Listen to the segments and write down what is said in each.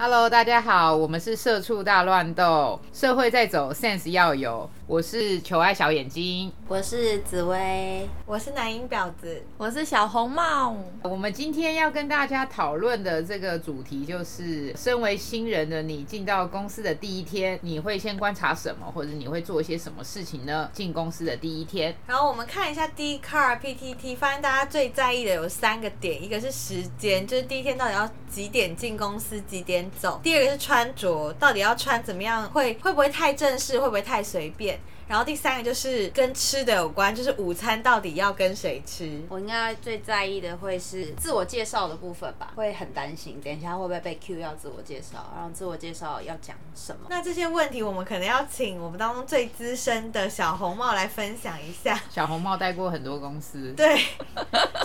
Hello，大家好，我们是社畜大乱斗，社会在走，sense 要有。我是求爱小眼睛，我是紫薇，我是南音婊子，我是小红帽。我们今天要跟大家讨论的这个主题就是，身为新人的你进到公司的第一天，你会先观察什么，或者你会做一些什么事情呢？进公司的第一天，然后我们看一下 D Car PTT，发现大家最在意的有三个点，一个是时间，就是第一天到底要几点进公司，几点走；第二个是穿着，到底要穿怎么样，会会不会太正式，会不会太随便；然后第三个就是跟吃的有关，就是午餐到底要跟谁吃。我应该最在意的会是自我介绍的部分吧，会很担心，等一下会不会被 Q 要自我介绍，然后自我介绍要讲什么？那这些问题，我们可能要请我们当中最资深的小红帽来分享一下。小红帽带过很多公司，对，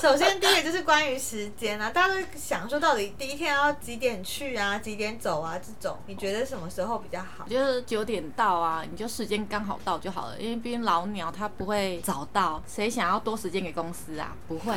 首先第一个就是关于时间啊，大家都想说到底第一天要几点去啊，几点走啊这种，你觉得什么时候比较好我？觉得九点到啊，你就时间刚好到就好了，因为毕竟老鸟他不会早到，谁想要多时间给公司啊？不会，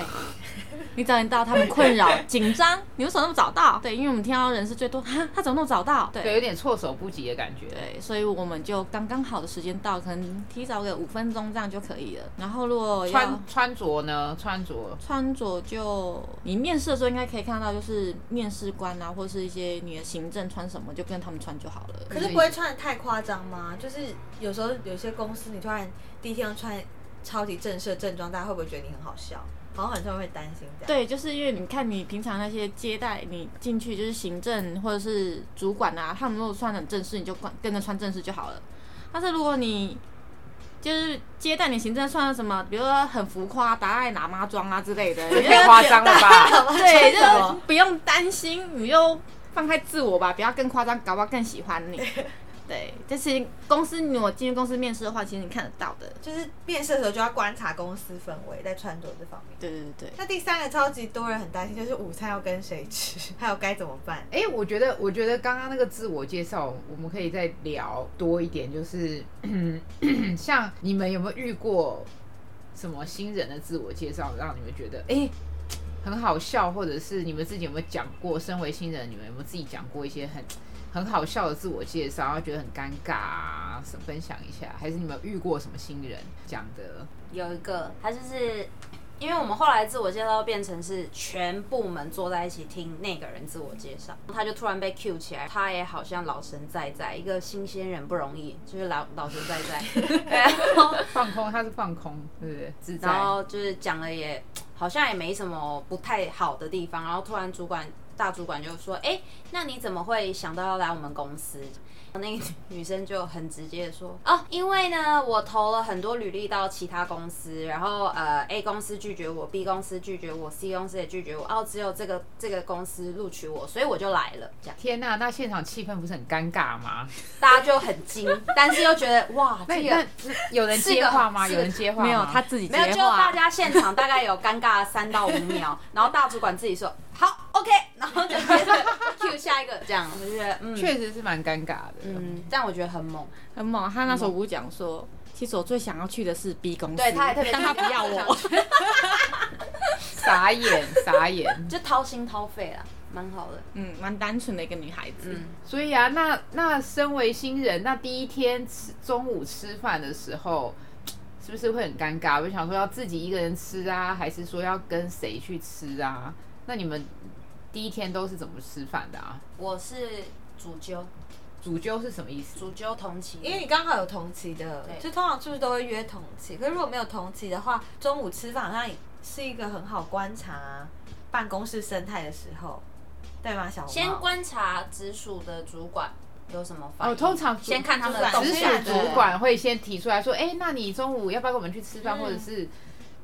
你早点到他们困扰、紧张，你为什么那么早到？对，因为我们听到人是最多，哈，他怎么那么早到？对，对有点措手不及的感觉。对，所以我们就刚刚好的时间到，可能提早个五分钟这样就可以了。然后如果要穿穿着呢？穿着穿着就你面试的时候应该可以看到，就是面试官啊，或是一些你的行政穿什么，就跟他们穿就好了。可是不会穿的太夸张吗？就是有时候有些公司你突然第一天穿超级正式的正装，大家会不会觉得你很好笑？好像很多人会担心这样。对，就是因为你看你平常那些接待你进去就是行政或者是主管啊，他们如果穿得很正式，你就跟跟着穿正式就好了。但是如果你就是接待你行政穿的什么，比如说很浮夸，达赖喇嘛装啊之类 的，你就太夸张了吧？穿对，什么就不用担心，你就放开自我吧，不要更夸张，搞不好更喜欢 你。对，这其实公司你如果进去公司面试的话，其实你看得到的。就是面试的时候就要观察公司氛围，在穿着这方面。对对对对，那第三个超级多人很担心，就是午餐要跟谁吃，还有该怎么办。哎、我觉得，我觉得刚刚那个自我介绍，我们可以再聊多一点，就是 像你们有没有遇过什么新人的自我介绍，让你们觉得哎、很好笑，或者是你们自己有没有讲过？身为新人，你们有没有自己讲过一些很很好笑的自我介绍，然后觉得很尴尬啊？什分享一下，还是你们有遇过什么新人讲的？有一个，他就是因为我们后来自我介绍变成是全部门坐在一起听那个人自我介绍，他就突然被 Q 起来，他也好像老神在在，一个新鲜人不容易，就是老老神在 在，然后放空，他是放空，对不对？自在。然后就是讲了也好像也没什么不太好的地方，然后突然主管大主管就说：“哎、那你怎么会想到要来我们公司？”那个女生就很直接的说：“哦，因为呢，我投了很多履历到其他公司，然后呃，A 公司拒绝我，B 公司拒绝我，C 公司也拒绝我，哦，只有这个这个公司录取我，所以我就来了。”这样天呐、那现场气氛不是很尴尬吗？大家就很惊，但是又觉得哇， 那这那个那有人接话吗？是有个人接话吗没有他自己接没有，就大话，家现场大概有尴尬三到五 秒，然后大主管自己说好 OK，然后就接 着 Q 下一个，这样我就觉得嗯，确实是蛮尴尬的。嗯，但我觉得很猛，很猛。啊他那时候不是讲说，其实我最想要去的是 B 公司，对他还特别但他不 要我。傻眼傻眼。 就掏心掏肺啦，蛮好的，嗯，蛮单纯的一个女孩子。嗯，所以啊，那那身为新人，那第一天吃中午吃饭的时候，是不是会很尴尬？我就想说要自己一个人吃啊，还是说要跟谁去吃啊？那你们第一天都是怎么吃饭的啊？我是主揪，主揪是什么意思？主揪同期，因为你刚好有同期的对，就通常是不是都会约同期？可是如果没有同期的话，中午吃饭好像也是一个很好观察办公室生态的时候，对吗？小红帽先观察直属的主管有什么反应，哦，通常先看他们的主管动直直属向属主管嗯会先提出来说，哎、那你中午要不要跟我们去吃饭，或者是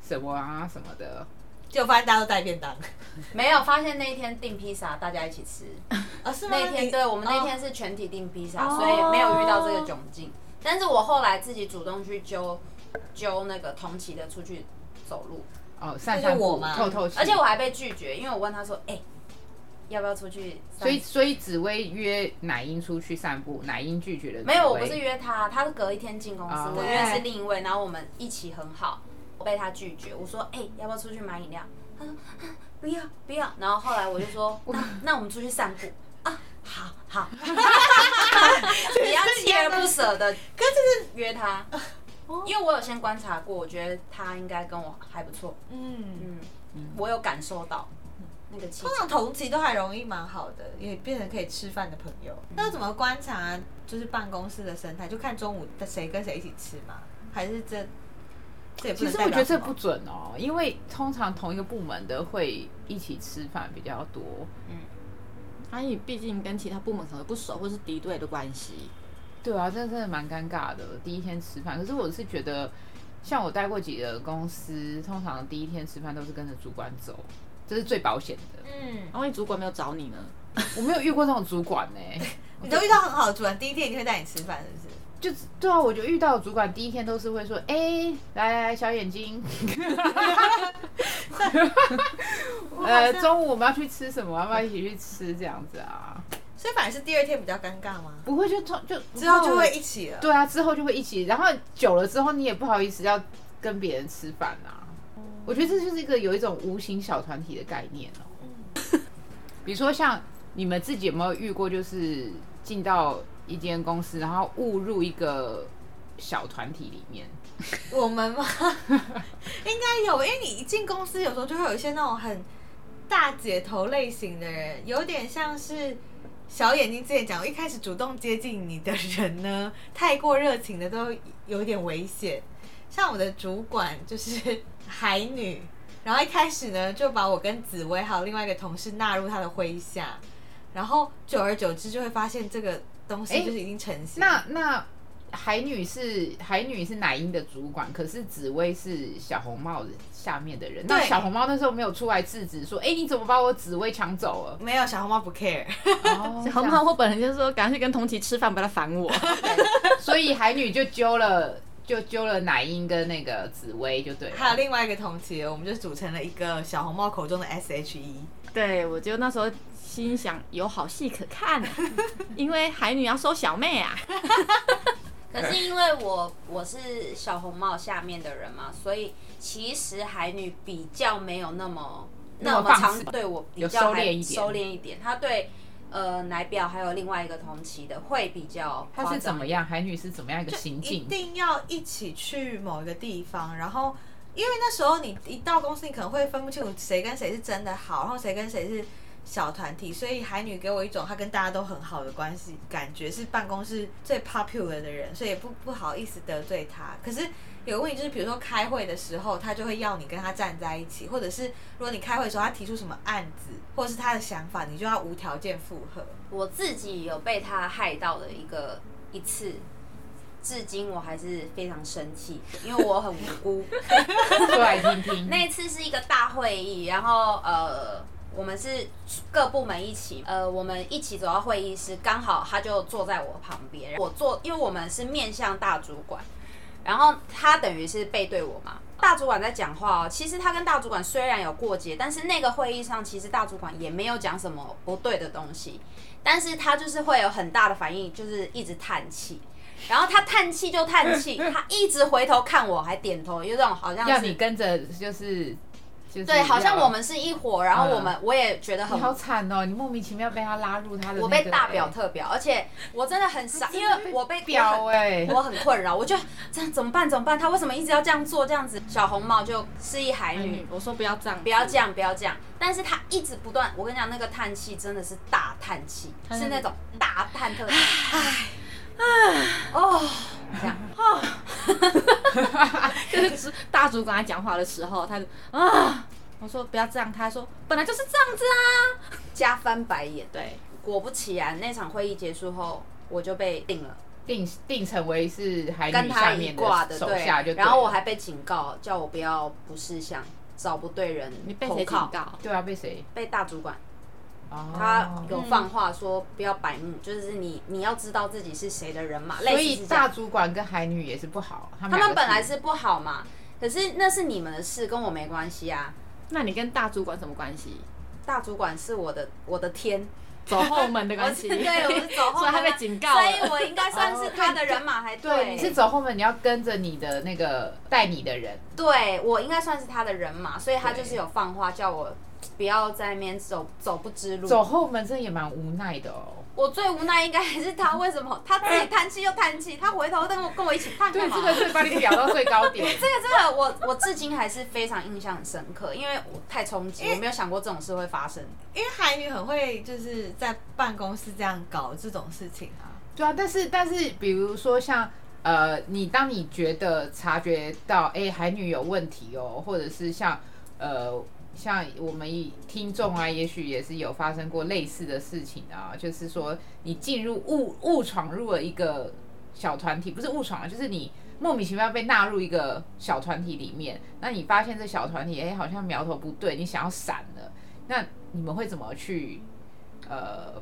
什么啊什么的？就发现大家都带 便当，没有发现那一天订披萨，大家一起吃，哦，是吗？那哦一天你对我们哦那天是全体订披萨，所以没有遇到这个窘境。但是我后来自己主动去揪揪那个同期的出去走路，哦，散散我步，嘛透透气。而且我还被拒绝，因为我问他说：“哎、要不要出去散步？”所以所以紫薇约奶英出去散步，奶英拒绝了紫薇。没有，我不是约他，他是隔一天进公司，啊哦我约的是另一位，然后我们一起很好，我被他拒绝。我说：“哎、要不要出去买饮料？” 他说啊：“不要，不要。”然后后来我就说：“那那我们出去散步啊，好好，你要锲而不舍的，可是约他，因为我有先观察过，我觉得他应该跟我还不错，嗯，嗯，我有感受到那个气通常同级都还容易蛮好的，也变成可以吃饭的朋友。嗯那要怎么观察啊就是办公室的生态？就看中午的谁跟谁一起吃吗？还是这这也不其能实代我觉得表什这么不准哦，因为通常同一个部门的会一起吃饭比较多。啊，你毕竟跟其他部门可能不熟，或是敌对的关系。对啊，这真的蛮尴尬的。第一天吃饭，可是我是觉得，像我待过几个公司，通常第一天吃饭都是跟着主管走，这是最保险 的。嗯，然后你主管没有找你呢，我没有遇过这种主管呢、你都遇到很好的主管，第一天一定会带你吃饭，是不是？就对啊，我就遇到的主管第一天都是会说，哎、来来来，小眼 睛，呃，中午我们要去吃什么？要不要一起去吃？这样子啊，所以反而是第二天比较尴尬吗？不会就通就之后就会一起了。对啊，之后就会一起，然后久了之后你也不好意思要跟别人吃饭啊。我觉得这就是一个有一种无形小团体的概念哦。比如说像你们自己有没有遇过，就是进到一间公司，然后误入一个小团体里面？我们吗？ 应该有，因为你一进公司，有时候就会有一些那种很大姐头类型的人，有点像是小眼睛之前讲，一开始主动接近你的人呢， 太过热情的都有点危险。像我的主管就是海女，然后一开始呢就把我跟紫薇还有另外一个同事纳入她的麾下，然后久而久之就会发现这个东西诶就是已经成型。那那海女是海女是乃英的主管，可是紫薇是小红帽下面的人。那对小红帽那时候没有出来制止，说：“哎、你怎么把我紫薇抢走了没有小红帽不 care。？” 哦然后这样嘛，我本人就说赶快去跟同期吃饭，不要来 烦我。 所以海女就揪了，就揪了乃英跟那个紫薇，就对了。还有另外一个同期，我们就组成了一个小红帽口中的 E SHE。对，我就那时候心想有好戏可看、啊因为海女要收小妹 啊。可是因为我我是小红帽下面的人嘛，所以其实海女比较没有那么那么么放常肆对我比有较收还敛一点收敛一点。她对呃奶表还有另外一个同期的会比较夸她张是怎么样？海女是怎么样一个行一径？定要一起去某一个地方，然后因为那时候你一到公司，你可能会分不清楚谁跟谁是真的好，然后谁跟谁是小团体，所以海女给我一种她跟大家都很好的关系感觉，是办公室最 popular 的人，所以也不不好意思得罪她。可是有个问题就是，比如说开会的时候，她就会要你跟她站在一起，或者是如果你开会的时候她提出什么案子，或者是她的想法，你就要无条件附和。我自己有被他害到的一个一次，至今我还是非常生气，因为我很无辜。说来听听。 那一次是一个大会议，然后呃，我们是各部门一起，呃，我们一起走到会议室，刚好他就坐在我旁边，我坐，因为我们是面向大主管，然后他等于是背对我嘛。大主管在讲话哦，其实他跟大主管虽然有过节，但是那个会议上其实大主管也没有讲什么不对的东西，但是他就是会有很大的反应，就是一直叹气，然后他叹气就叹气，他一直回头看我，还点头，有种好像要是你跟着就是就是对，好像要我们是一伙，然后我们、我也觉得你很，好惨哦，你莫名其妙被他拉入他的那个、哎我被大表特表，而且我真的很傻，因为我被欸表哎、我很困 扰，我就这样怎么办？怎么办？他为什么一直要这样做？这样子，小红帽就示意海海女，女，我说不要这样，嗯不要这，样，不要这样。但是他一直不断，我跟你讲，那个叹气真的是大叹气，他是那那个种大叹嗯特，唉，哦，这样，就是 大主管在讲话的时候，他就啊，我说不要这样，他说本来就是这样子啊。加翻白眼。对，果不其然，那场会议结束后，我就被定了。定定成为是海跟女他下一面挂的，手下就然后了我还被警告，叫我不要不识相，找不对人你被投谁警靠，告？对啊，被谁？被大主管哦他有放话说不要白目，就是你你要知道自己是谁的人嘛，所类似以是这样大主管跟海女也是不好，他们他两们个本来是不好嘛，可是那是你们的事，跟我没关系啊。那你跟大主管什么关系？大主管是我的我的天，走后门的 关系。我是对，我是走后门啊，所以他被警告了所以我应该算是他的人马才哦对，你是走后门，你要跟着你的那个带你的人，对我应该算是他的人马，所以他就是有放话叫我不要在那边走走不知路。走后门真的也蛮无奈的哦。我最无奈应该还是他，为什么他自己叹气又叹气，他回头跟我跟我一起叹对，干嘛？这个是把你表到最高点。 这个这个我我至今还是非常印象很深刻，因为我太冲击，我没有想过这种事会发生。因为韩语很会就是在办公室这样搞这种事情啊。对啊，但是但是，比如说像呃，你当你觉得察觉到哎、海女有问题哦，或者是像呃像我们以听众啊，也许也是有发生过类似的事情啊，就是说你进入误误闯入了一个小团体，不是误闯啊，就是你。莫名其妙被纳入一个小团体里面，那你发现这小团体哎、好像苗头不对，你想要闪了，那你们会怎么去呃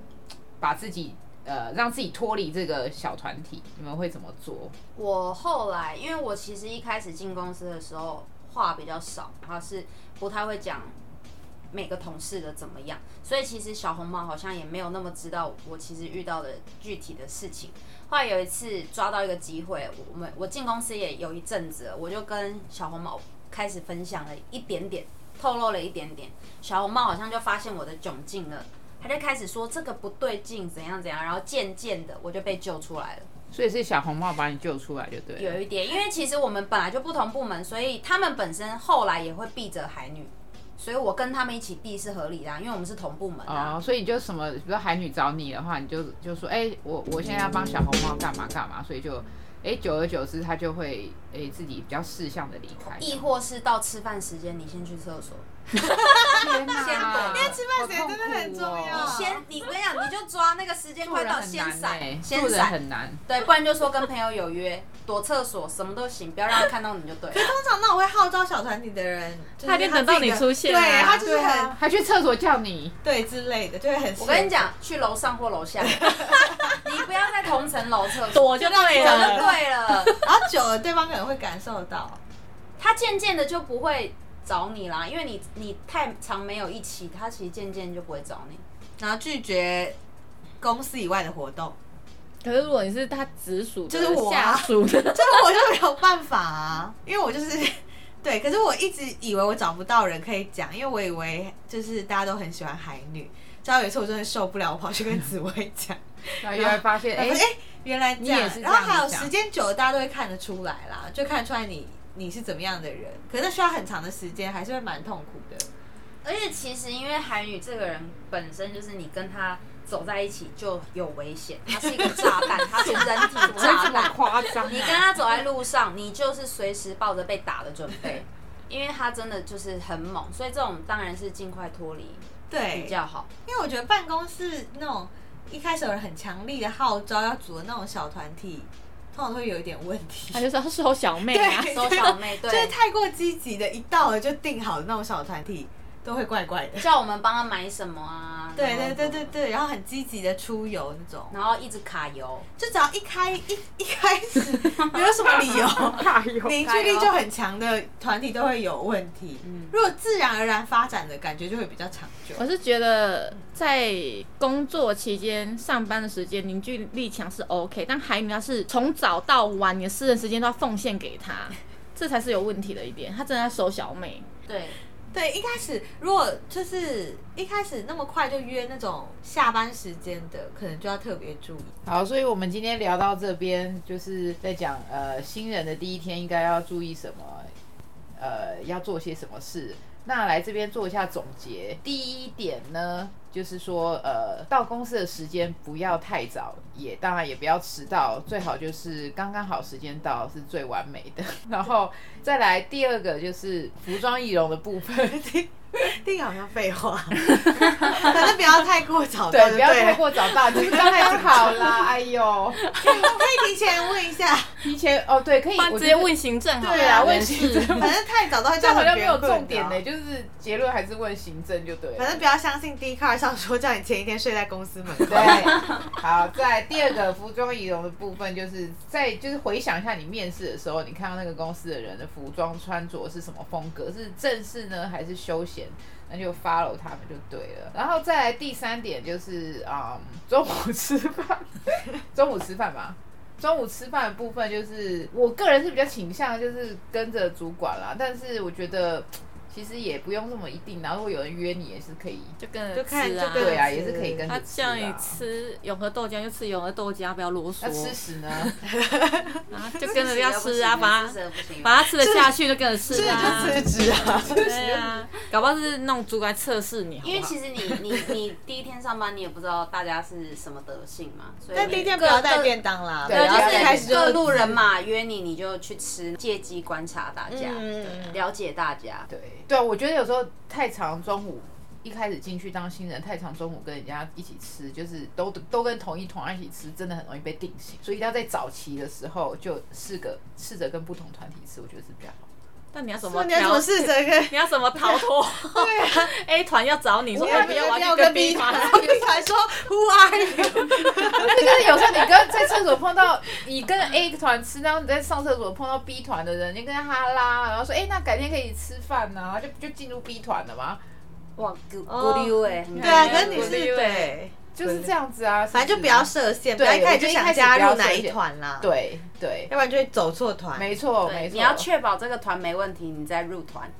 把自己呃让自己脱离这个小团体，你们会怎么做？我后来，因为我其实一开始进公司的时候话比较少，然后是不太会讲每个同事的怎么样，所以其实小红帽好像也没有那么知道我其实遇到的具体的事情。后来有一次抓到一个机会，我们我进公司也有一阵子了，我就跟小红帽开始分享了一点点，透露了一点点，小红帽好像就发现我的窘境了。他就开始说这个不对劲，怎样怎样，然后渐渐的我就被救出来了。所以是小红帽把你救出来就对了。有一点，因为其实我们本来就不同部门，所以他们本身后来也会避着海女，所以我跟他们一起避是合理的啊、因为我们是同部门啊。哦，所以你就什么，比如说海女找你的话，你就就说，哎、我我现在要帮小红帽干嘛干嘛，所以就，哎、久而久之，他就会，哎、自己比较识相的离开。亦 或是到吃饭时间，你先去厕所，天哪，因为吃饭时间真的很重要好你痛苦哦先，你跟你讲，你就抓那个时间做快人到，很先难哎、闪，做先人闪，很难。对，不然就说跟朋友有约，躲厕所，什么都行，不要让他看到你就对 了。通常那种会号召小团体的人，就是他一定等到你出现啊对他就是对很啊，还去厕所叫你，对之类的，就会很。我跟你，讲，去楼上或 楼下，你不要在同层楼厕所，躲就对这啊就了。对了。然后久了对方可能会感受到，他渐渐的就不会找你啦，因为你你太长没有一起，他其实渐渐就不会找你。然后拒绝公司以外的活动，可是如果你是他直属的，就是我啊下属的，这个我就没有办法啊，因为我就是 对，可是我一直以为我找不到人可以讲，因为我以为就是大家都很喜欢海女，直到有一次我真的受不了，我跑去跟紫薇讲，然后又会发现，哎哎、哎、原来这你样，也是这然样后还有想时间久了，大家都会看得出来啦，就看得出来你你是怎么样的人，可是那需要很长的时间，还是会蛮痛苦的。而且其实因为韩宇这个人本身就是你跟他走在一起就有危险，他是一个炸弹，他是人体怎么会炸这么弹。夸张、啊？你跟他走在路上，你就是随时抱着被打的准备，因为他真的就是很猛，所以这种当然是尽快脱离对，比较好。因为我觉得办公室那种一开始有人很强力的号召要组的那种小团体，通常都会有一点问题。他就是要收小妹啊。收小妹对 就是太过积极的，一到了就定好的那种小团体，都会怪怪 的。叫我们帮他买什么啊？对哦对对然后对对，然后很积极的出游那种，然后一直卡油，就只要一开一一开始 没有什么理由，哎呦凝聚力就很强的团体都会有问题。如果自然而然发展的感觉就会比较长久。我是觉得在工作期间、上班的时间凝聚力强是 OK，但海女她是从早到晚，你的私人时间都要奉献给她，这才是有问题的一点。她真的在收小妹，对。对，一开始如果就是一开始那么快就约那种下班时间的，可能就要特别注意。好，所以我们今天聊到这边，就是在讲呃新人的第一天应该要注意什么，呃要做些什么事。那来这边做一下总结。第一点呢，就是说呃到公司的时间不要太早，也当然也不要迟到，最好就是刚刚好时间到是最完美的。 然后再来第二个就是服装易容的部分。 这个好像废 话，反正不要太过早 到对，就不对要太了。过早到，就是刚刚好啦。哎呦， 可以提前问一下，提前哦，对，可以，她我直觉接得问行政好了，对啊，问人事行政反正太早到会这造好成像没别人有困重点呢、扰。就是结论还是问行政就对了。反正不要相信 D 卡上说叫你前一天睡在公司 门口对。，好，在第二个服装仪容的部分，就是在就是回想一下你面试的时候，你看到那个公司的人的服装穿着是什么风格，是正式呢还是休闲？那就 follow 他们就对了。然后再来第三点就是，嗯，中午吃饭，中午吃饭吧。中午吃饭的部分，就是我个人是比较倾向就是跟着主管啦，但是我觉得其实也不用这么一定，然后如果有人约你也是可以，就跟就着看吃啊，就跟对啊，吃也是可以跟着他吃叫你啊。吃永和豆浆就吃永和豆浆，不要啰嗦那吃屎呢？ 啊，就跟着要吃啊，把它正不行，把它吃得下去就跟着吃啊， 这就辞职啊！对啊，搞不好是弄猪来测试你好不好，因为其实你你你第一天上班，你也不知道大家是什么德性嘛，所以但第一天不各要带各便当啦，对不要就是一开始就各嗯路人马约你，你就去吃，借机观察大家，嗯对了解大家。对对啊，我觉得有时候太常中午一开始进去当新人，太常中午跟人家一起吃，就是都都跟同一团一起吃，真的很容易被定型。所以一定要在早期的时候就试个试着跟不同团体吃，我觉得是比较好。 但你要怎过么年总调？是这个。 你要怎么逃脱？对 a 团要找你说，哎，不要，我要去跟 B 团。 ，B 团说 Who are you？这就是有时候你跟在厕所碰到你跟 A 团吃，然后你在上厕所碰到 B 团的人，你跟他哈拉，然后说，哎、那改天可以吃饭呐、就就进入 B 团了嘛，哇，good 哦 good you 哎，对啊，嗯跟你是我理解对，就是这样子啊。反正就不要设限，不对要一开始我觉就得一开始想加不要入哪设一限团啦，，对对，要不然就会走错团。没错对没错。欸你要确保这个团没问题，你再入团。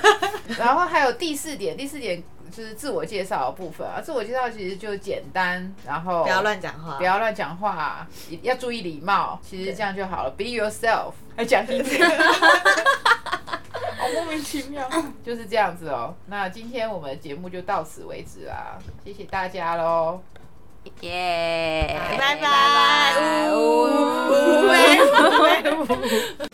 然后还有第四点，第四点就是自我介绍的部分啊。自我介绍其实就简单，然后不要乱讲话，不要乱讲话，要注意礼貌，其实这样就好了。Be yourself，还哎讲一遍，好莫名其妙，就是这样子哦。那今天我们的节目就到此为止啦，谢谢大家喽。耶，拜拜，呜呜喂。拜拜